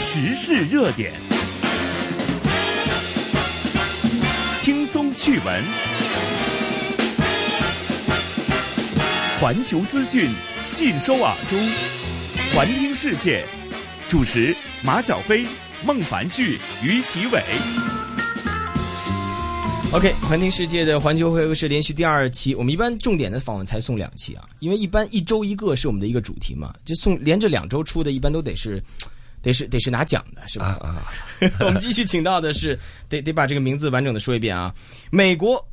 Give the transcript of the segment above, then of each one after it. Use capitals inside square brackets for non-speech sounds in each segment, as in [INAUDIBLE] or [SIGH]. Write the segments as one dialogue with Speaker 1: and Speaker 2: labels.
Speaker 1: 时事热点，轻松趣闻，环球资讯尽收耳中，环听世界。主持马晓飞、孟凡旭、于奇伟。
Speaker 2: OK，环听世界的环球会客室连续第二期，我们一般重点的访问才送两期啊，因为一般一周一个是我们的一个主题嘛，就送连着两周出的，一般都得是，得是得是拿奖的，是吧？啊， [LAUGHS] 我们继续请到的是，得得把这个名字完整的说一遍啊，美国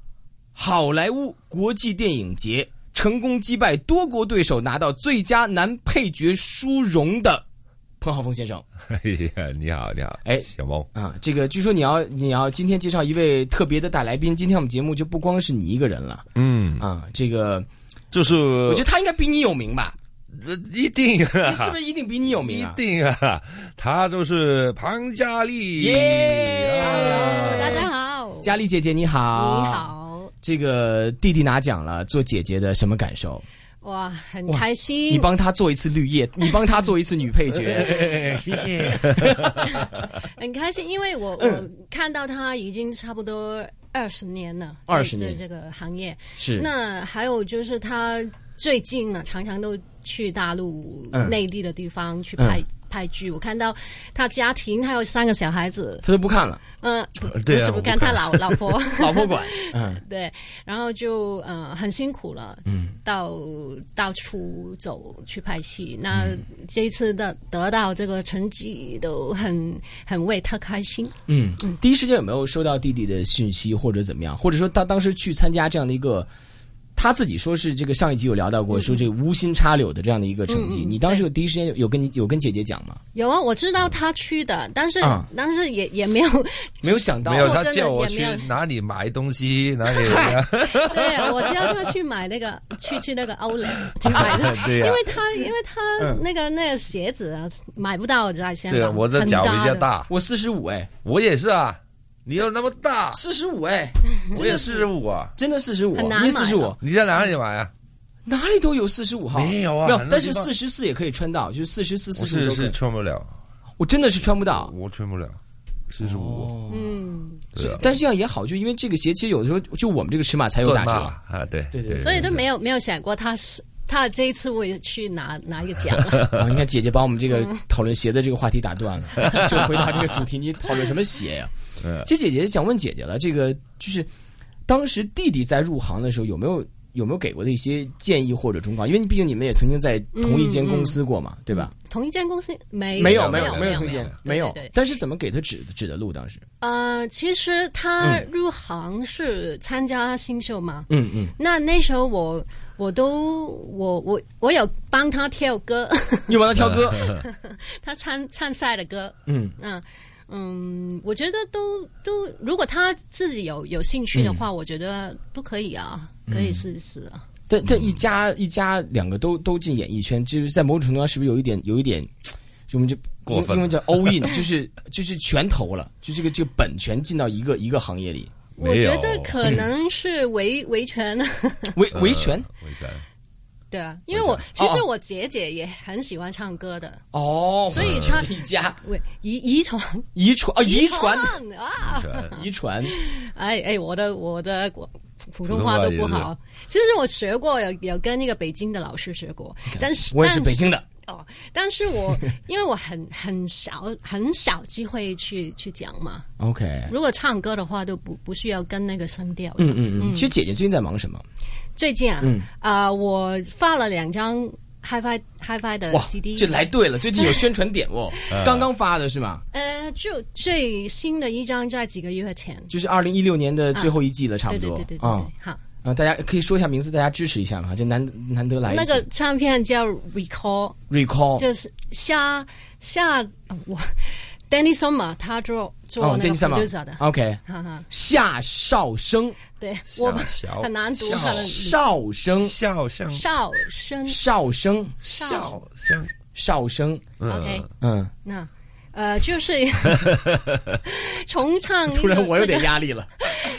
Speaker 2: 好莱坞国际电影节成功击败多国对手，拿到最佳男配角殊荣的彭浩峰先生。
Speaker 3: 哎呀，你好，你好，
Speaker 2: 哎
Speaker 3: 小萌，
Speaker 2: 啊，这个据说你要你要今天介绍一位特别的大来宾，今天我们节目就不光是你一个人了
Speaker 3: 嗯，
Speaker 2: 啊。这个
Speaker 3: 就是
Speaker 2: 我
Speaker 3: 我
Speaker 2: 觉得他应该比你有名吧？
Speaker 3: 得一定
Speaker 2: 你是
Speaker 3: 啊
Speaker 2: 不， [LAUGHS] 是一定比你有名
Speaker 3: 一
Speaker 2: 啊？
Speaker 3: 定啊，他就是庞嘉丽，
Speaker 2: 耶
Speaker 3: 啊
Speaker 4: 哦大家好，
Speaker 2: 佳丽姐姐你好，
Speaker 4: 你，好，
Speaker 2: 这个弟弟拿奖了，做姐姐的什么感受？
Speaker 4: 哇，很
Speaker 2: 哇
Speaker 4: 开心。
Speaker 2: 你帮他做一次绿叶，你帮他做一次女配角，
Speaker 4: 很开心，因为我我看到他已经差不多二十年了，在
Speaker 2: 20年
Speaker 4: 在这个行业。
Speaker 2: [LAUGHS] 是
Speaker 4: 那还有就是他最近呢，常常都去大陆
Speaker 2: 嗯
Speaker 4: 内地的地方去拍。拍剧，我看到他家庭还有三个小孩子，
Speaker 2: 他都不看了，
Speaker 4: 嗯、不
Speaker 3: 对啊
Speaker 4: 不是
Speaker 3: 我不
Speaker 4: 不看他老老婆，
Speaker 2: 老婆管，嗯，
Speaker 4: 对，然后就呃很辛苦了，嗯，到到处走去拍戏。那
Speaker 3: 嗯
Speaker 4: 这一次的得到这个成绩，都很很为他开心。
Speaker 2: 嗯，第一时间有没有收到弟弟的讯息或者怎么样？或者说他当时去参加这样的一个，他自己说是这个上一集有聊到过，说这个无心插柳的这样的一个成绩，
Speaker 4: 嗯嗯嗯
Speaker 2: 你当时有第一时间有有跟你有跟姐姐讲吗？
Speaker 4: 有啊，我知道他去的，但是、
Speaker 2: 啊
Speaker 4: 但是也也没有，
Speaker 2: 没有想到
Speaker 3: 嗯 [LAUGHS] 没，有
Speaker 4: 我
Speaker 3: 他
Speaker 4: 真的
Speaker 3: 叫我
Speaker 4: 也
Speaker 3: 去
Speaker 4: 没有
Speaker 3: 哪里买东西，哪里
Speaker 4: 对啊，我知道他去买那个去去那个欧
Speaker 3: [LAUGHS]
Speaker 4: 蕾去买那个。
Speaker 3: 对呀嗯
Speaker 4: 因为他，因为他那个那个鞋子啊，买不到在香港，
Speaker 3: 对啊，我的
Speaker 4: 很
Speaker 3: 脚比较
Speaker 4: 的，
Speaker 3: 大，
Speaker 2: 我四十五哎，
Speaker 3: 我也是啊，你有那么大，
Speaker 2: 四十五哎，
Speaker 3: 我也四十五啊，
Speaker 2: 真的四十五，
Speaker 4: 很难
Speaker 2: 你四十
Speaker 4: 买
Speaker 2: 五
Speaker 4: 的，
Speaker 3: 你在哪里买啊？
Speaker 2: 哪里都有四十五号，
Speaker 3: 没有啊
Speaker 2: 没
Speaker 3: 很
Speaker 2: 有，
Speaker 3: 多
Speaker 2: 但
Speaker 3: 地
Speaker 2: 是
Speaker 3: 方
Speaker 2: 四十四也可以穿到，就是四十四、
Speaker 3: 我
Speaker 2: 四十五都
Speaker 3: 是
Speaker 2: 可
Speaker 3: 是
Speaker 2: 以，
Speaker 3: 穿不了，
Speaker 2: 我真的是穿不到。
Speaker 3: 我穿不了，四十五，
Speaker 4: 嗯，
Speaker 3: 对啊
Speaker 2: 但是这样也好，就因为这个鞋，其实有的时候就我们这个尺码才有打
Speaker 3: 断
Speaker 2: 折。
Speaker 3: 嘛啊，对
Speaker 2: 对对对
Speaker 4: 所以都没有没有想过他是他这一次会去拿拿一个
Speaker 3: [LAUGHS]
Speaker 4: 奖。
Speaker 2: [LAUGHS] 啊，你看姐姐把我们这个
Speaker 3: 嗯
Speaker 2: 讨论鞋的这个话题打断
Speaker 3: [LAUGHS]
Speaker 2: 了，就回到这个主题，你讨论什么鞋呀、
Speaker 3: 嗯
Speaker 2: 其实姐姐想问姐姐了，这个就是当时弟弟在入行的时候有没有有没有给过的一些建议或者忠告？因为毕竟你们也曾经在同一间公司过嘛，对吧？
Speaker 4: 同一间公司没
Speaker 2: 没有
Speaker 3: 嗯没
Speaker 2: 有
Speaker 3: 有
Speaker 2: 没
Speaker 3: 没有
Speaker 2: 同一间没有
Speaker 4: 对对，对
Speaker 2: 但是怎么给他指指的路？当时，
Speaker 4: 呃，其实他入行是参加新秀嘛，
Speaker 2: 嗯嗯，
Speaker 4: 那那时候我我都我我我有帮他跳歌， [LAUGHS]
Speaker 2: 又帮他挑歌，
Speaker 4: 他参参赛的歌，
Speaker 2: 嗯
Speaker 4: 嗯。嗯，我觉得都都，如果他自己有有兴趣的话，
Speaker 2: 嗯
Speaker 4: 我觉得都可以啊，可以试一试啊。
Speaker 2: 但
Speaker 3: 嗯
Speaker 2: 但一家一家两个都都进演艺圈，就是在某种程度上是不是有一点有一点，就我们就
Speaker 3: 过分
Speaker 2: 因为叫 all in，就是就是全投了，就这个这个本全进到一个一个行业里，
Speaker 4: 我
Speaker 3: 没
Speaker 4: 觉
Speaker 3: 有
Speaker 4: 得可能是维维权， [LAUGHS]
Speaker 2: 维
Speaker 3: 嗯
Speaker 2: 维权、
Speaker 3: 维权，
Speaker 4: 对啊，因为我
Speaker 2: 权
Speaker 4: 其实
Speaker 2: 哦
Speaker 4: 我姐姐也很喜欢唱歌的，
Speaker 2: 哦，
Speaker 4: 所以他
Speaker 2: 一家
Speaker 4: [LAUGHS] 喂，遗遗传，
Speaker 2: 遗传啊遗传
Speaker 4: [LAUGHS] 啊！
Speaker 3: 维权
Speaker 2: 遗传
Speaker 4: 哎哎，我的我的国普通话都不
Speaker 3: 普通话也
Speaker 4: 好。其实我学过，有有跟那个北京的老师学过，但是
Speaker 2: 我也是北京
Speaker 4: 的
Speaker 2: 的，
Speaker 4: 哦，但是我因为我很很少很少机会去去讲嘛。
Speaker 2: OK，
Speaker 4: 如果唱歌的话，都不不需要跟那个声调的。
Speaker 2: 嗯嗯嗯，其实姐姐最近在忙什么？
Speaker 4: 最近啊，啊、我发了两张 HiFi HiFi 的
Speaker 2: 哇
Speaker 4: CD，，
Speaker 2: 这来对了，最近有宣传点
Speaker 3: [LAUGHS]
Speaker 2: 哦，
Speaker 3: 嗯
Speaker 2: 刚刚发的是吗？
Speaker 4: 呃，就最新的一张在几个月前。
Speaker 2: 就是二零一六年的最后一季了，差不
Speaker 4: 嗯对对
Speaker 2: 多
Speaker 4: 对对对，
Speaker 2: 啊
Speaker 4: 好，
Speaker 2: 啊！大家可以说一下名字，大家支持一下嘛，就难难得来一
Speaker 4: 那
Speaker 2: 次
Speaker 4: 个唱片叫《Recall》，
Speaker 2: recall，
Speaker 4: 就是夏夏呃我 Danny Summer 他做做
Speaker 2: 哦，
Speaker 4: 那
Speaker 2: 对，
Speaker 4: 个
Speaker 2: 你什么
Speaker 4: producer 的，
Speaker 2: ？OK，
Speaker 4: 哈哈，
Speaker 2: 夏绍生，
Speaker 4: 对我
Speaker 3: 小
Speaker 4: 很难读，
Speaker 3: 小
Speaker 4: 可能
Speaker 2: 绍生，
Speaker 3: 笑像
Speaker 4: 少生
Speaker 2: 绍生，
Speaker 4: 少
Speaker 3: 像，
Speaker 2: 绍生，
Speaker 4: ，OK，
Speaker 2: 嗯，
Speaker 4: 那呃就是 [LAUGHS] 重唱一
Speaker 2: [LAUGHS]
Speaker 4: 个
Speaker 2: 突然我有点
Speaker 4: 这个
Speaker 2: 压力了。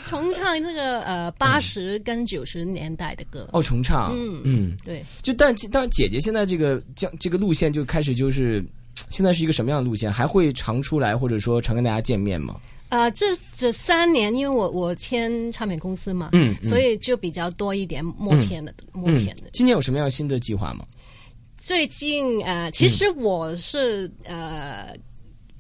Speaker 4: 重唱这个呃八十跟九十年代的歌，
Speaker 2: 哦，重唱，
Speaker 4: 嗯
Speaker 2: 嗯，
Speaker 4: 对，
Speaker 2: 就但但姐姐现在这个这这个路线就开始就是。嘖现在是一个什么样的路线？还会常出来，或者说常跟大家见面吗？
Speaker 4: 啊、这这三年，因为我我签唱片公司嘛，
Speaker 2: 嗯嗯
Speaker 4: 所以就比较多一点默签的、默
Speaker 2: 嗯
Speaker 4: 签的，。
Speaker 2: 今年有什么样新的计划吗？
Speaker 4: 最近呃，其实我是、呃，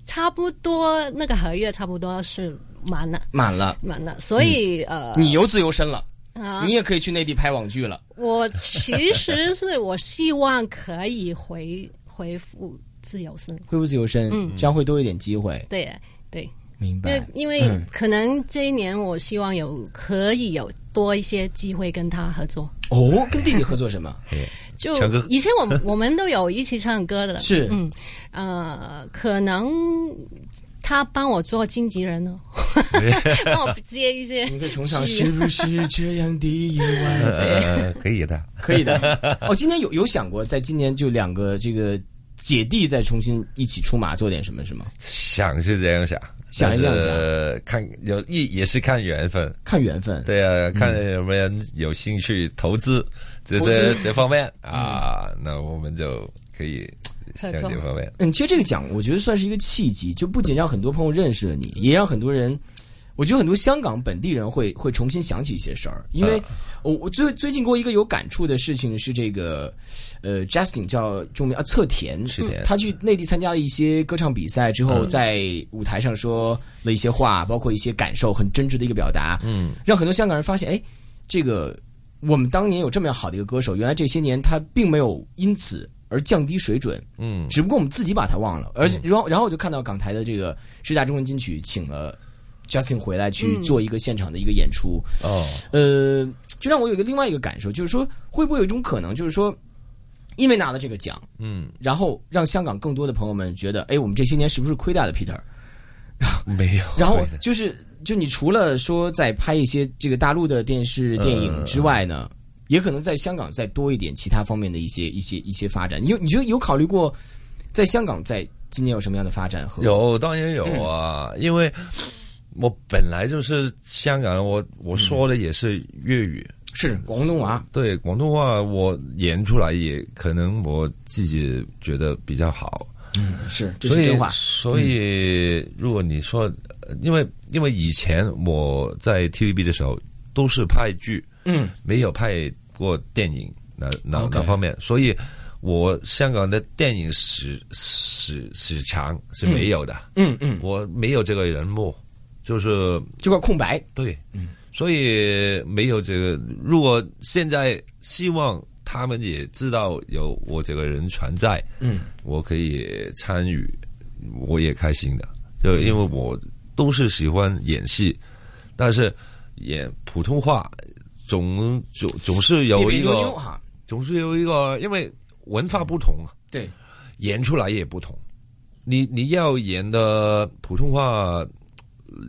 Speaker 4: 差不多那个合约差不多是满了，
Speaker 2: 满了，
Speaker 4: 满了，所以、呃，
Speaker 2: 嗯你由自由身了，
Speaker 4: 啊
Speaker 2: 你，也可以去内地拍网剧了。
Speaker 4: 我其实是我希望可以回回复自由身，
Speaker 2: 恢复自由身，
Speaker 4: 嗯
Speaker 2: 这样会多一点机会。
Speaker 4: 对对，
Speaker 2: 明
Speaker 4: 因为
Speaker 2: 白。
Speaker 4: 因为可能这一年我希望有可以有多一些机会跟他合作，
Speaker 2: 哦，跟弟弟合作什么？
Speaker 4: 嗯就
Speaker 3: 强哥
Speaker 4: 以前我们我们都有一起唱
Speaker 2: [LAUGHS]
Speaker 4: 歌的，
Speaker 2: 是
Speaker 4: 嗯呃，可能他帮我做经纪
Speaker 2: [LAUGHS]
Speaker 4: 人呢，帮我接一些
Speaker 2: 你可以重唱，
Speaker 4: 是
Speaker 2: 是不是这样的意外？
Speaker 3: 呃，可以的。
Speaker 2: [LAUGHS] 可以的。哦，今年有有想过，在今年就两个这个姐弟再重新一起出马做点什么，是吗？
Speaker 3: 想是这样想，
Speaker 2: 想是这样想
Speaker 3: 呃，看有也也是看缘分，
Speaker 2: 看缘分。
Speaker 3: 对啊，看有没有人有兴趣投资这
Speaker 2: 投
Speaker 3: 些
Speaker 2: 资
Speaker 3: 这方面啊，那我们就可以向
Speaker 4: 合作
Speaker 3: 这方面。
Speaker 2: 嗯，其实这个奖，我觉得算是一个契机，就不仅让很多朋友认识了你，也让很多人，我觉得很多香港本地人会会重新想起一些事儿。因为
Speaker 3: 嗯
Speaker 2: 我我最最近给我一个有感触的事情是这个，呃，Justin 叫中文啊侧田，
Speaker 3: 赤田嗯
Speaker 2: 他去内地参加了一些歌唱比赛之后，在舞台上说了一些话，包括一些感受，很真挚的一个表达，
Speaker 3: 嗯，
Speaker 2: 让很多香港人发现，哎，这个我们当年有这么样好的一个歌手，原来这些年他并没有因此而降低水准，
Speaker 3: 嗯，
Speaker 2: 只不过我们自己把它忘了。而且，然后然后我就看到港台的这个十大中文金曲请了 Justin 回来去做一个现场的一个演出，
Speaker 3: 哦，
Speaker 2: 呃，就让我有一个另外一个感受，就是说会不会有一种可能，就是说。因为拿了这个奖，
Speaker 3: 嗯，
Speaker 2: 然后让香港更多的朋友们觉得，哎，我们这些年是不是亏待了 Peter？
Speaker 3: 没有。
Speaker 2: 然后
Speaker 3: 会的
Speaker 2: 就是，就你除了说在拍一些这个大陆的电视
Speaker 3: 呃
Speaker 2: 电影之外呢，也可能在香港再多一点其他方面的一些一些一些发展。你有你觉得有考虑过在香港在今年有什么样的发展和？
Speaker 3: [LAUGHS] 有，当然有啊，
Speaker 2: 嗯
Speaker 3: 因为我本来就是香港人，我我说的也是粤语，
Speaker 2: 是广东话，
Speaker 3: 对广东话我演出来也可能我自己觉得比较好，
Speaker 2: 是这
Speaker 3: 嗯所
Speaker 2: 是
Speaker 3: 以
Speaker 2: 真话。
Speaker 3: 所以如果你说，呃因为因为以前我在 TVB 的时候都是拍剧，
Speaker 2: 嗯，
Speaker 3: 没有拍过电影哪哪
Speaker 2: OK
Speaker 3: 哪方面，所以我香港的电影史史史长是没有的。
Speaker 2: 嗯嗯，
Speaker 3: 我没有这个人物，就是
Speaker 2: 这块空白
Speaker 3: 对，
Speaker 2: 嗯
Speaker 3: 所以没有这个。如果现在希望他们也知道有我这个人存在，
Speaker 2: 嗯，
Speaker 3: 我可以参与，我也开心的，就
Speaker 2: 嗯
Speaker 3: 因为我都是喜欢演戏，但是演普通话总总总是有
Speaker 2: 别
Speaker 3: 一
Speaker 2: 别扭扭
Speaker 3: 个
Speaker 2: 哈，
Speaker 3: 总是有一个，因为文化不同啊。
Speaker 2: 对，
Speaker 3: 演出来也不同。你你要演的普通话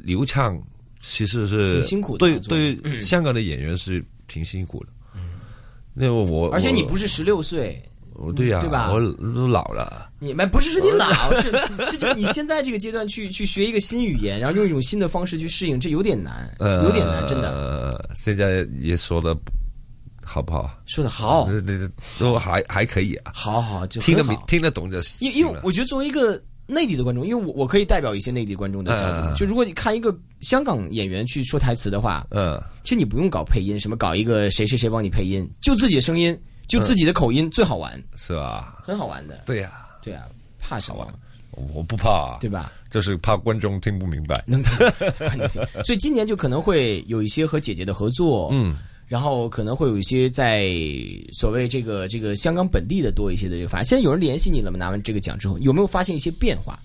Speaker 3: 流畅，其实是
Speaker 2: 挺辛苦的
Speaker 3: 对
Speaker 2: 做嗯
Speaker 3: 对，于香港的演员是挺辛苦的。那我我
Speaker 2: 而且你
Speaker 3: 我
Speaker 2: 不是十六岁，
Speaker 3: 我对呀、
Speaker 2: 对吧
Speaker 3: 我都老了，
Speaker 2: 你哎们不是说你老，是是就是你现在这个阶段去去学一个新语言，然后用一种新的方式去适应，这有点难，
Speaker 3: 呃，
Speaker 2: 有点难，真的。
Speaker 3: 的。现在也说的好不好？
Speaker 2: 说的好，
Speaker 3: 那那那都还还可以啊，
Speaker 2: 好好，哦就
Speaker 3: 听得
Speaker 2: 很
Speaker 3: 明
Speaker 2: 好
Speaker 3: 听得懂就行
Speaker 2: 因因为
Speaker 3: 了。
Speaker 2: 我觉得作为一个内地的观众，因为我我可以代表一些内地观众的角度，
Speaker 3: 嗯嗯嗯
Speaker 2: 就如果你看一个香港演员去说台词的话，
Speaker 3: 嗯，
Speaker 2: 其实你不用搞配音，什么搞一个谁谁谁帮你配音，就自己的声音，就自己的口音最好玩，
Speaker 3: 是吧？
Speaker 2: 很好玩的。
Speaker 3: 对呀、
Speaker 2: 对啊，怕什么？
Speaker 3: 我不怕，
Speaker 2: 对吧？
Speaker 3: 就是怕观众听不明白。
Speaker 2: 能
Speaker 3: [LAUGHS]
Speaker 2: 所以今年就可能会有一些和姐姐的合作，
Speaker 3: 嗯，
Speaker 2: 然后可能会有一些在所谓这个这个香港本地的多一些的这个发展。现在有人联系你了吗？拿完这个奖之后，有没有发现一些变化？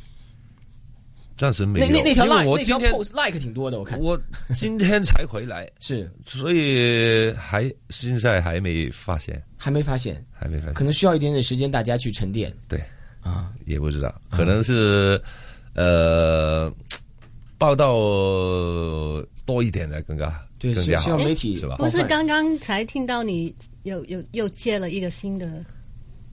Speaker 3: 暂时没
Speaker 2: 那
Speaker 3: 有，
Speaker 2: 那那条
Speaker 3: 因为
Speaker 2: like
Speaker 3: 我
Speaker 2: 那
Speaker 3: 今
Speaker 2: 条
Speaker 3: 天
Speaker 2: post like 挺多的，我看
Speaker 3: 我今天才回来， [LAUGHS]
Speaker 2: 是
Speaker 3: 所以还现在还没发现，
Speaker 2: 还没发现，
Speaker 3: 还没发
Speaker 2: 可
Speaker 3: 现，
Speaker 2: 能需要一点点时间大家去沉淀
Speaker 3: 对，
Speaker 2: 啊。
Speaker 3: 也不知道，可能是、呃报道多一点的更加
Speaker 2: 对
Speaker 3: 更加
Speaker 2: 希
Speaker 3: 好
Speaker 2: 望，媒体
Speaker 3: 是吧
Speaker 2: 包
Speaker 4: 不
Speaker 2: 括
Speaker 4: 是刚刚才听到你有有又接了一个新的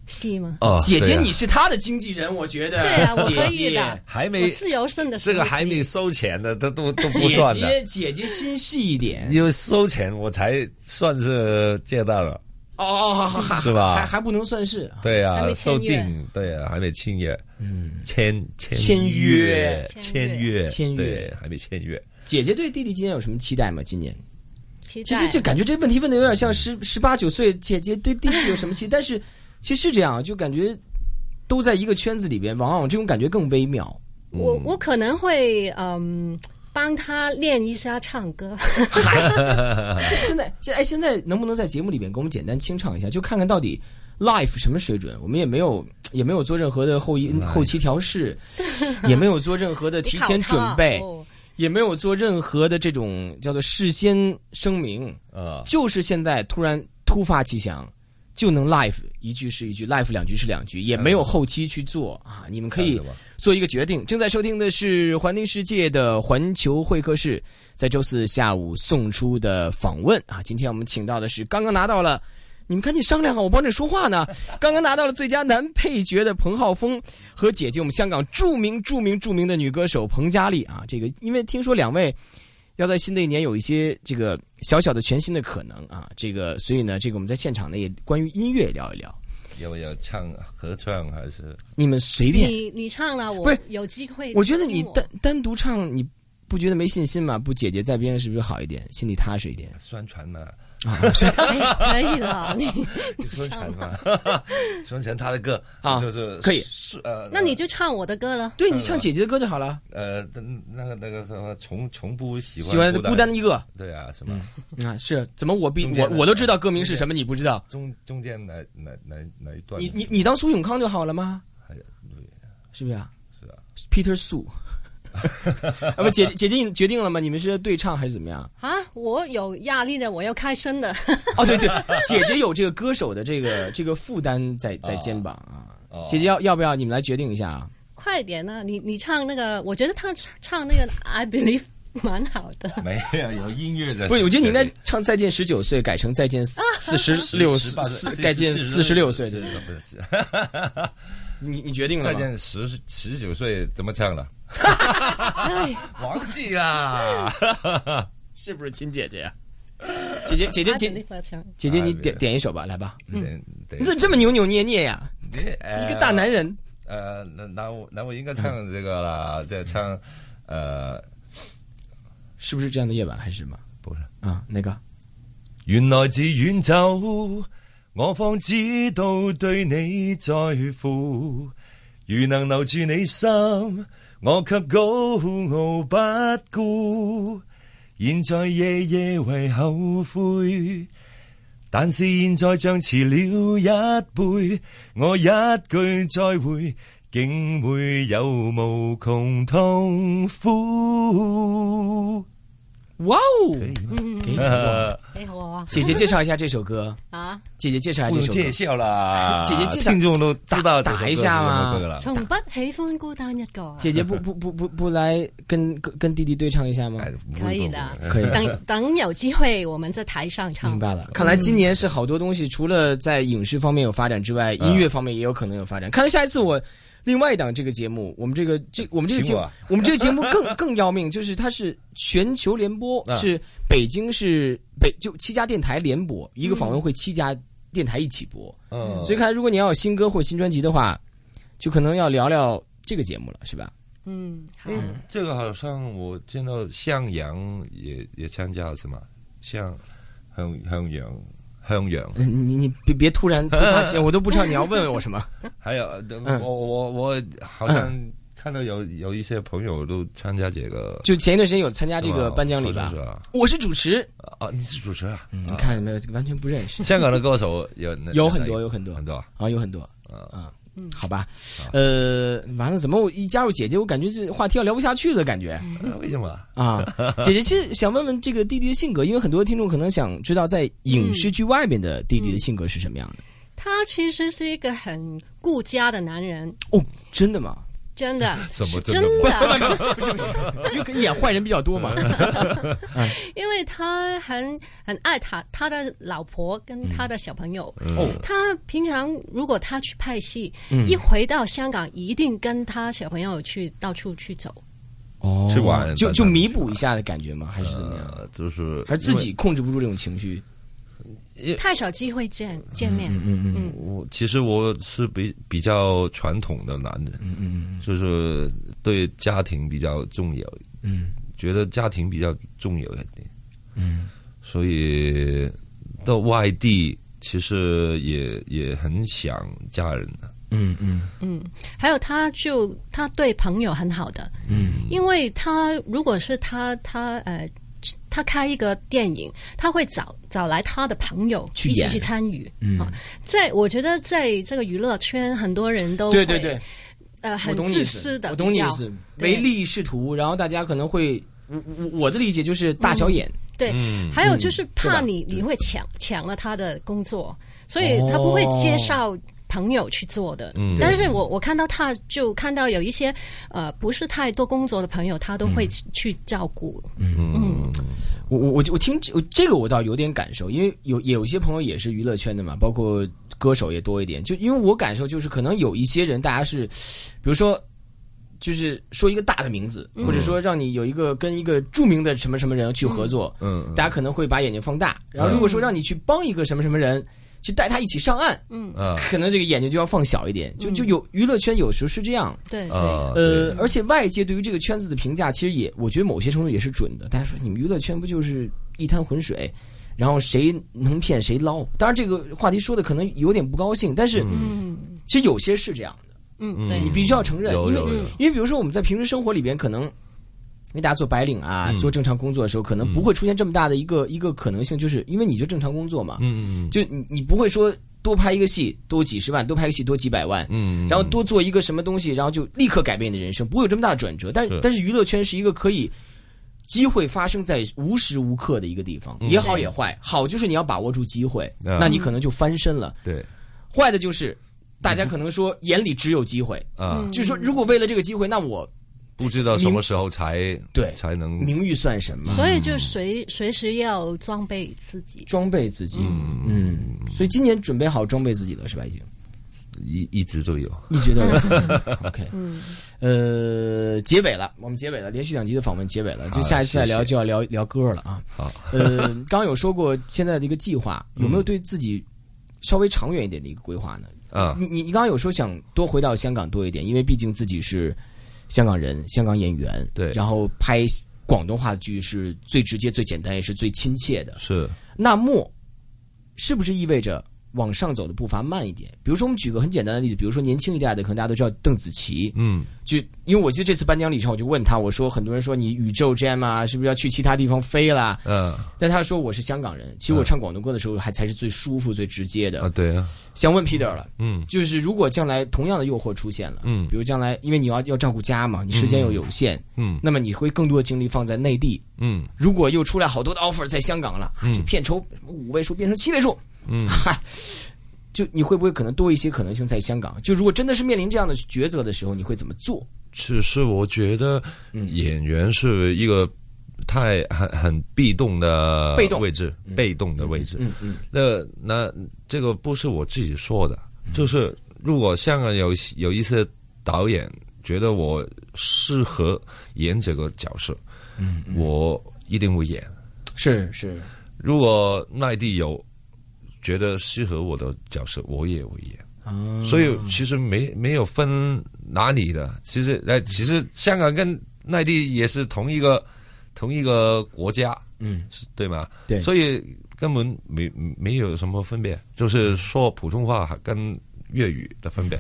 Speaker 4: 戏吗？
Speaker 3: 哦
Speaker 2: 姐姐，
Speaker 3: 对啊
Speaker 2: 你是他的经纪人，我觉得
Speaker 4: 对啊，我可
Speaker 2: 姐
Speaker 4: 以的
Speaker 2: 姐。。
Speaker 3: 还
Speaker 4: 我
Speaker 3: 没
Speaker 4: 自由身的时
Speaker 3: 这
Speaker 4: 候
Speaker 3: 个还没收钱的，都都都不
Speaker 2: 姐
Speaker 3: 算的，
Speaker 2: 姐，姐姐心细一点。
Speaker 3: 因为收钱我才算是借到了，
Speaker 2: 哦哦，还还
Speaker 3: 是啊吧
Speaker 2: 还还不能算是
Speaker 3: 对
Speaker 4: 还
Speaker 3: 啊，
Speaker 4: 没
Speaker 3: 受
Speaker 4: 签约
Speaker 3: 定对啊，还没签约，嗯，签签
Speaker 2: 签约
Speaker 3: 签
Speaker 4: 签
Speaker 3: 约
Speaker 2: 签约
Speaker 3: 对，还没签约，
Speaker 2: 姐姐对弟弟今年有什么期待吗？今年
Speaker 4: 期
Speaker 2: 其
Speaker 4: 待
Speaker 2: 实这感觉这问题问的有点像十
Speaker 3: 嗯
Speaker 2: 十八九岁姐姐对弟弟有什么期待，但是其实是这样，就感觉都在一个圈子里边，往往这种感觉更微妙。
Speaker 4: 我我可能会嗯帮他练一下唱歌，
Speaker 2: 现 [LAUGHS] 现在现在哎，现在能不能在节目里面给我们简单清唱一下，就看看到底 life 什么水准？我们也没有也没有做任何的后一后期调试，也没有做任何的提前准备
Speaker 4: 你考，他哦
Speaker 2: 也没有做任何的这种叫做事先声明，
Speaker 3: 啊，
Speaker 2: 就是现在突然突发奇想。就能 live 一句是一句，live 两句是两句，也没有后期去做啊！你们 [LAUGHS] 可以
Speaker 3: 哎看着吧
Speaker 2: 做一个决定。正在收听的是《环听世界》的环球会客室，在周四下午送出的访问啊。今天我们请到的是刚刚拿到了，你们赶紧商量啊，我帮着说话呢。刚刚拿到了最佳男配角的彭浩峰和姐姐，我们香港著名、著名、著名的女歌手彭佳丽啊。这个因为听说两位。要在新的一年有一些这个小小的全新的可能啊，这个所以呢，这个我们在现场呢也关于音乐聊一聊，
Speaker 3: 要不要唱合唱还是
Speaker 2: 你们随便
Speaker 4: 你你唱了，
Speaker 2: 不
Speaker 4: 我
Speaker 2: 是
Speaker 4: 有机会听。
Speaker 2: 我觉得你单单独唱，你不觉得没信心吗？不，姐姐在边上是不是好一点，心里踏实一点？
Speaker 3: 宣
Speaker 2: [LAUGHS]
Speaker 3: 传嘛？
Speaker 4: 哎可以了，你
Speaker 3: 宣传嘛，宣传他的歌
Speaker 2: 啊
Speaker 3: 就是
Speaker 2: 可以
Speaker 3: 是呃，
Speaker 4: 那你就唱我的歌了。
Speaker 2: 对你唱姐姐的歌就好了，
Speaker 3: 呃那个那个什么从从不喜欢
Speaker 2: 喜欢的孤单一个
Speaker 3: 对啊，什么
Speaker 2: 啊，是怎么我比
Speaker 3: 中间
Speaker 2: 我
Speaker 3: 的
Speaker 2: 我都知道歌名是什么，你不知道？
Speaker 3: 中中间哪哪哪哪一段？
Speaker 2: 你你你当苏永康就好了吗？
Speaker 3: 还有对
Speaker 2: 是不是啊？
Speaker 3: 是啊
Speaker 2: Peter
Speaker 3: [LAUGHS]
Speaker 2: Su，啊不，姐姐姐你决定了吗？你们是对唱还是怎么样？
Speaker 4: 啊，我有压力的，我要开声的。 [LAUGHS]
Speaker 2: 哦，对对，姐姐有这个歌手的这个这个负担在在肩膀啊。
Speaker 3: 哦
Speaker 2: 姐姐要要不要你们来决定一下啊？
Speaker 4: 快点啊！你你唱那个，我觉得他唱唱那个 I Believe 蛮好的。
Speaker 3: 没 [LAUGHS] 有有音乐的，
Speaker 2: 不，我觉得你应该唱《再见十九岁》，改成《再见四十六
Speaker 3: 十八岁
Speaker 2: 四》，改见四十六岁。对，对对
Speaker 3: 不是。
Speaker 2: 你你决定了
Speaker 3: 再
Speaker 2: 吗？
Speaker 3: 见十十九岁怎么唱了？
Speaker 4: [LAUGHS] 哎，
Speaker 3: 忘记啦。
Speaker 2: 是不是亲姐啊姐呀？姐姐姐姐
Speaker 4: I
Speaker 2: 姐
Speaker 4: Believe 唱。
Speaker 2: 姐姐，
Speaker 3: 啊
Speaker 2: 你
Speaker 3: 对
Speaker 2: 点点一首吧，来吧。
Speaker 3: 等等
Speaker 2: 你怎么这么扭扭捏捏呀？
Speaker 3: 你
Speaker 2: 一
Speaker 3: 一
Speaker 2: 个大男人，
Speaker 3: 呃，那那我那我应该唱这个啦，再唱呃，
Speaker 2: 是不是这样的夜晚还是什么？
Speaker 3: 不是。
Speaker 2: 啊，那个
Speaker 3: 原来自远走，我方知道对你在乎。如能留住你心，我却高傲不顾。现在夜夜为后悔，但是现在像迟了一倍，我一句再会，竟会有无穷痛苦。 [LAUGHS]
Speaker 2: 哇哦！给你
Speaker 4: 哎，我
Speaker 2: 姐姐介绍一下这首歌，
Speaker 4: 啊，
Speaker 2: 姐姐介绍一
Speaker 3: 不
Speaker 2: 下
Speaker 3: 用
Speaker 2: 这首歌
Speaker 3: 介。绍
Speaker 2: [LAUGHS] ，
Speaker 3: 啦
Speaker 2: 姐姐介绍
Speaker 3: 听众都知道
Speaker 2: 打
Speaker 3: 这首歌
Speaker 2: 打一下嘛
Speaker 3: 是什么歌了。
Speaker 4: 從不喜歡孤單一個啊。
Speaker 2: 姐姐不不不不不来跟跟跟弟弟对唱一下吗？
Speaker 3: 哎，不
Speaker 4: 可以
Speaker 3: 不
Speaker 4: 的
Speaker 3: 不
Speaker 2: 可以
Speaker 4: 等等有机会，我们在台上唱。
Speaker 2: 明白了，看来今年是好多东西，除了在影视方面有发展之外，音乐方面也有可能有发展。看来下一次我另外一档这个节目，我们这个这嗯我们这个节
Speaker 3: 请我
Speaker 2: 目
Speaker 3: 啊，
Speaker 2: 我们这个节目更 [LAUGHS] 更要命，就是它是全球联播，
Speaker 3: 啊
Speaker 2: 是北京是北就七家电台联播，一个访问会七家电台一起播。
Speaker 3: 嗯，
Speaker 2: 所以看来如果你要有新歌或新专辑的话，就可能要聊聊这个节目了，是吧？
Speaker 4: 嗯，好，
Speaker 3: 哎这个好像我见到向阳也也参加了是吗？向向向阳向阳，
Speaker 2: 你呃你你别别突然突发 [LAUGHS] 奇，我都不知道你要问我什么。
Speaker 3: 还有
Speaker 2: 嗯
Speaker 3: 我我我好像看到有有一些朋友都参加这个，
Speaker 2: 就前一段时间有参加这
Speaker 3: 是
Speaker 2: 个
Speaker 3: 吧
Speaker 2: 颁奖礼吧
Speaker 3: 好像是？啊
Speaker 2: 我是主持，
Speaker 3: 啊，你是主持人啊？
Speaker 2: 嗯，你
Speaker 3: 啊
Speaker 2: 看没有，完全不认识
Speaker 3: 香港的歌手有哪
Speaker 2: [LAUGHS] 有很多
Speaker 3: 哪
Speaker 2: 有很多
Speaker 3: 很多啊，
Speaker 2: 啊，有很多
Speaker 3: 啊
Speaker 2: 啊，好吧，呃，完了，怎么我一加入姐姐，我感觉这话题要聊不下去的感觉
Speaker 3: 呃为什么？
Speaker 2: [LAUGHS] 啊。姐姐其实想问问这个弟弟的性格，因为很多听众可能想知道，在影视剧外面的弟弟的性格是什么样的。
Speaker 4: 他其实是一个很顾家的男人，
Speaker 2: 哦，真的 [LAUGHS] 吗？
Speaker 3: [LAUGHS]
Speaker 4: 真的，
Speaker 3: 怎么
Speaker 4: 是
Speaker 3: 真
Speaker 4: 真
Speaker 3: 的
Speaker 4: 的？
Speaker 2: 因为演坏人比较多嘛。
Speaker 4: 因为他很很爱他他的老婆跟他的小朋友。
Speaker 2: 哦，嗯
Speaker 4: 他平常如果他去拍戏，一回到香港一定跟他小朋友去到处去走。
Speaker 2: [LAUGHS] 哦
Speaker 3: 去玩
Speaker 2: 就
Speaker 3: 反
Speaker 2: 就
Speaker 3: 正
Speaker 2: 弥补一下的感觉吗？还是怎么样？
Speaker 3: 啊呃，就是
Speaker 2: 还是自己控制不住这种情绪？
Speaker 3: 也
Speaker 4: 太少机会见见面，嗯嗯
Speaker 3: 我其实我是比比较传统的男人，嗯嗯，就是对家庭比较重要，
Speaker 2: 嗯
Speaker 3: 觉得家庭比较重要一点，
Speaker 2: 嗯
Speaker 3: 所以到外地其实也也很想家人的。
Speaker 2: 嗯嗯
Speaker 4: 还有他就他对朋友很好的，
Speaker 2: 嗯
Speaker 4: 因为他如果是他他呃。他开一个电影，他会找找来他的朋友
Speaker 2: 去
Speaker 4: 一起
Speaker 2: 演
Speaker 4: 去参与。
Speaker 2: 嗯
Speaker 4: 啊，在我觉得在这个娱乐圈，很多人都
Speaker 2: 对对
Speaker 4: 会
Speaker 2: 对，
Speaker 4: 呃，
Speaker 2: 我
Speaker 4: 很
Speaker 2: 懂你
Speaker 4: 自
Speaker 2: 意思
Speaker 4: 私，的
Speaker 2: 我
Speaker 4: 比较，
Speaker 2: 懂你意思，
Speaker 4: 对
Speaker 2: 唯利是图，然后大家可能会，我我我的理解就是大小眼，
Speaker 4: 对，
Speaker 3: 嗯
Speaker 4: 还有就是
Speaker 2: 对吧
Speaker 4: 怕你你会抢抢了他的工作，所以他不会介绍朋友去做的。
Speaker 3: 嗯
Speaker 4: 但是我我看到他就看到有一些呃不是太多工作的朋友，他都会去去照顾。
Speaker 3: 嗯
Speaker 2: 我我我我听我这个我倒有点感受，因为有有一些朋友也是娱乐圈的嘛，包括歌手也多一点。就因为我感受就是，可能有一些人大家是，比如说，就是说一个大的名字，或
Speaker 4: 嗯
Speaker 2: 者说让你有一个跟一个著名的什么什么人去合作，
Speaker 3: 嗯
Speaker 2: 大家可能会把眼睛放大。然后如果
Speaker 4: 嗯
Speaker 2: 说让你去帮一个什么什么人，去带他一起上岸，
Speaker 4: 嗯
Speaker 3: 啊
Speaker 2: 可能这个眼睛就要放小一点。就就有娱乐圈有时候是这样，
Speaker 4: 对，
Speaker 3: 啊
Speaker 2: 呃，而且外界对于这个圈子的评价，其实也我觉得某些程度也是准的。大家说你们娱乐圈不就是一滩浑水，然后谁能骗谁捞？当然，这个话题说的可能有点不高兴，但是、
Speaker 4: 嗯
Speaker 2: 其实有些是这样的，
Speaker 4: 嗯，
Speaker 2: 你
Speaker 4: 对，嗯
Speaker 2: 必须要承认，
Speaker 3: 有
Speaker 2: 因为
Speaker 3: 有有
Speaker 2: 因为比如说我们在平时生活里边，可能因为大家做白领啊，
Speaker 3: 嗯
Speaker 2: 做正常工作的时候，可能不会出现这么大的一个、一个可能性，就是因为你就正常工作嘛，
Speaker 3: 嗯嗯
Speaker 2: 就你你不会说多拍一个戏多几十万，多拍一个戏多几百万，
Speaker 3: 嗯，
Speaker 2: 然后多做一个什么东西，然后就立刻改变你的人生，不会有这么大的转折。但
Speaker 3: 是
Speaker 2: 但是娱乐圈是一个可以机会发生在无时无刻的一个地方，也好也坏。好就是你要把握住机会，
Speaker 3: 嗯
Speaker 2: 那你可能就翻身了；
Speaker 3: 对
Speaker 2: 坏的就是大家可能说眼里只有机会，
Speaker 3: 啊，
Speaker 2: 就是说如果为了这个机会，那我
Speaker 3: 不知道什么时候才
Speaker 2: 对
Speaker 3: 才能
Speaker 2: 名誉算什
Speaker 3: 嗯
Speaker 2: 么？
Speaker 4: 所以就随随时要装备自己。
Speaker 2: 装备自己，嗯，所以今年准备好装备自己了是吧？已经
Speaker 3: 一一直都有。
Speaker 2: 一直都
Speaker 3: [LAUGHS]
Speaker 2: 有 OK，呃，结尾了，我们结尾了，连续两集的访问结尾了，就
Speaker 3: 好
Speaker 2: 下一次再聊
Speaker 3: 谢谢
Speaker 2: 就要聊聊歌了啊。
Speaker 3: 好，嗯
Speaker 2: 呃，刚刚有说过现在的一个计划，有没有对自己稍微长远一点的一个规划呢？
Speaker 3: 啊
Speaker 2: 你你你刚刚有说想多回到香港多一点，因为毕竟自己是香港人，香港演员，
Speaker 3: 对
Speaker 2: 然后拍广东话剧是最直接、最简单，也是最亲切的。
Speaker 3: 是
Speaker 2: 那么，是不是意味着往上走的步伐慢一点？比如说，我们举个很简单的例子，比如说年轻一代的，可能大家都知道邓紫棋，
Speaker 3: 嗯
Speaker 2: 就因为我记得这次颁奖礼上，我就问他，我说很多人说你宇宙 gem 啊，是不是要去其他地方飞啦？
Speaker 3: 啊
Speaker 2: 但他说我是香港人，其实我唱广东歌的时候还才是最舒服、最直接
Speaker 3: 啊
Speaker 2: 的。
Speaker 3: 对啊
Speaker 2: 想问 Peter 了，
Speaker 3: 嗯
Speaker 2: 就是如果将来同样的诱惑出现了，
Speaker 3: 嗯
Speaker 2: 比如将来因为你要要照顾家嘛，你时间又有限，
Speaker 3: 嗯
Speaker 2: 那么你会更多的精力放在内地。
Speaker 3: 嗯
Speaker 2: 如果又出来好多的 offer 在香港了，啊
Speaker 3: 嗯
Speaker 2: 这片酬什么五位数变成七位数， [LAUGHS]
Speaker 3: 嗯
Speaker 2: 嗨，就你会不会可能多一些可能性在香港？就如果真的是面临这样的抉择的时候，你会怎么做？
Speaker 3: 只是我觉得
Speaker 2: 嗯
Speaker 3: 演员是一个太很很被动的
Speaker 2: 被动
Speaker 3: 位置，被动的位置。
Speaker 2: 嗯嗯
Speaker 3: 那那这个不是我自己说的，就是如果香港有有一些导演觉得我适合演这个角色，
Speaker 2: 嗯，
Speaker 3: 我一定会演。
Speaker 2: 是是，
Speaker 3: 如果内地有觉得适合我的角色，我也会演。
Speaker 2: 啊
Speaker 3: 所以其实没没有分哪里的，其实哎，其实香港跟内地也是同一个同一个国家，
Speaker 2: 嗯
Speaker 3: 是对吗？
Speaker 2: 对
Speaker 3: 所以根本没没有什么分别，就是说普通话跟粤语的分别，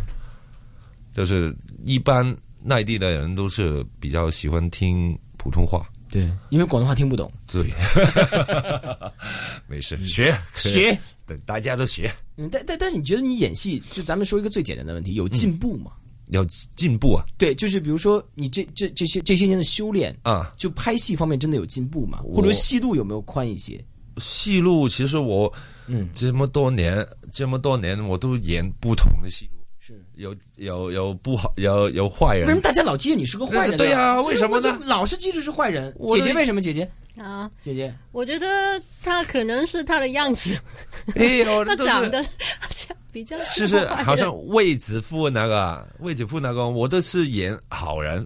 Speaker 3: 就是一般内地的人都是比较喜欢听普通话，
Speaker 2: 对，因为广东话听不懂，
Speaker 3: [LAUGHS] 对，没事，学
Speaker 2: 学。
Speaker 3: 对，大家都学，
Speaker 2: 嗯，但但但是你觉得你演戏，就咱们说一个最简单的问题，有
Speaker 3: 嗯
Speaker 2: 进步吗？
Speaker 3: 要进步啊
Speaker 2: 对，就是比如说你这这这些这些年的修炼，
Speaker 3: 啊！
Speaker 2: 就拍戏方面真的有进步吗？
Speaker 3: 我
Speaker 2: 或者戏路有没有宽一些？
Speaker 3: 戏路其实我
Speaker 2: 嗯，
Speaker 3: 这么多年，这么多年我都演不同的戏路，
Speaker 2: 是。
Speaker 3: 有有有不好，有有坏
Speaker 2: 为什么
Speaker 3: 人，
Speaker 2: 大家老记得你是个坏人呢？
Speaker 3: 对呀为什么呢
Speaker 2: 就是我就老是记着是坏人。
Speaker 3: 我
Speaker 2: 姐
Speaker 3: 的
Speaker 2: 姐为什么？姐姐，
Speaker 4: 啊，
Speaker 2: 姐姐，
Speaker 4: 我觉得他可能是他的样子，
Speaker 3: 哎呦，
Speaker 4: 他
Speaker 3: 都是
Speaker 4: 长得好像比较
Speaker 3: 其
Speaker 4: 是
Speaker 3: 啊实好像卫子夫那个卫子夫那个，我都是演好人，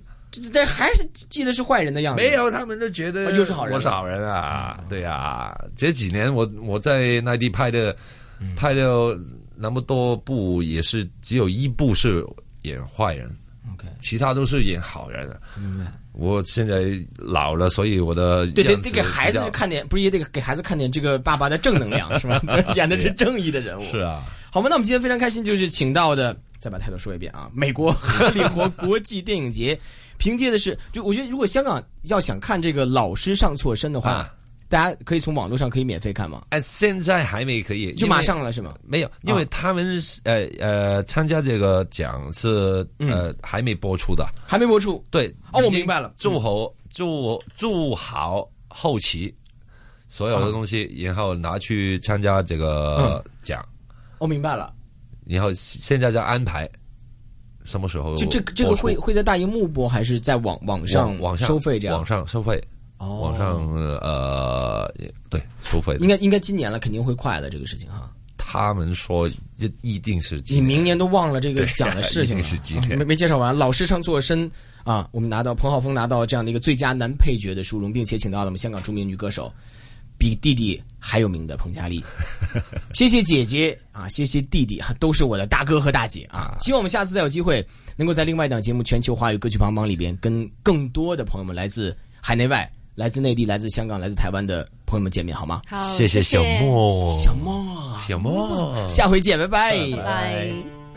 Speaker 2: 但还是记得是坏人的样子。
Speaker 3: 没有，他们都觉
Speaker 2: 哦
Speaker 3: 得
Speaker 2: 啊又是好人了
Speaker 3: 我是好人啊，对啊。这几年我我在内地拍的，
Speaker 2: 嗯
Speaker 3: 拍了那么多部，也是只有一部是演坏人，
Speaker 2: ，OK，
Speaker 3: 其他都是演好人。啊
Speaker 2: 明白。
Speaker 3: 我现在老了，所以我的
Speaker 2: 对，得
Speaker 3: 样子
Speaker 2: 得给孩子
Speaker 3: 比较
Speaker 2: 看点，不是也得给孩子看点这个爸爸的正能
Speaker 3: [LAUGHS]
Speaker 2: 量是吧？ [LAUGHS] 演的是正义的人物。
Speaker 3: 是啊，
Speaker 2: 好吧，那我们今天非常开心，就是请到的，再把抬头说一遍啊，美国荷里活国际电影节，凭借的是，就我觉得如果香港要想看这个老师上错身的话，
Speaker 3: 啊
Speaker 2: 大家可以从网络上可以免费看吗？
Speaker 3: 哎，现在还没可以，
Speaker 2: 就
Speaker 3: 因为
Speaker 2: 马上了是吗？
Speaker 3: 没有，因为他们是呃呃参加这个奖是
Speaker 2: 嗯
Speaker 3: 呃还没播出的，
Speaker 2: 还没播出，
Speaker 3: 对，
Speaker 2: 哦我
Speaker 3: 已经
Speaker 2: 明白了
Speaker 3: 做好做做好后期所
Speaker 2: 啊
Speaker 3: 有的东西，然后拿去参加这
Speaker 2: 嗯
Speaker 3: 个奖，
Speaker 2: 我、哦明白了，
Speaker 3: 然后现在在安排什么时候
Speaker 2: 就这个这个
Speaker 3: 播出
Speaker 2: 会会在大荧幕播，还是在网网上
Speaker 3: 网网上
Speaker 2: 收费这样
Speaker 3: 网？上收费，
Speaker 2: 哦
Speaker 3: 网上呃也对收费的
Speaker 2: 应，该应该今年了，肯定会快了这个事情哈。
Speaker 3: 他们说一一定是
Speaker 2: 你明年都忘了这个
Speaker 3: 对
Speaker 2: 奖的事情了
Speaker 3: [LAUGHS] 一定是今
Speaker 2: 啊
Speaker 3: 年
Speaker 2: 没没介绍完。老师上错身啊，我们拿到彭浩峰拿到这样的一个最佳男配角的殊荣，并且请到了我们香港著名女歌手，比弟弟还有名的彭佳
Speaker 3: [LAUGHS]
Speaker 2: 丽。谢谢姐姐啊，谢谢弟弟啊，都是我的大哥和大姐啊。希望我们下次再有机会，能够在另外一档节目《全球华语歌曲榜榜》里边，跟更多的朋友们来自海内外、来自内地、来自香港、来自台湾的朋友们见面，好吗？
Speaker 4: 好，
Speaker 3: 谢
Speaker 4: 谢
Speaker 3: 小莫，
Speaker 2: 小莫，
Speaker 3: 小莫。
Speaker 2: 下回见，拜拜
Speaker 4: 拜拜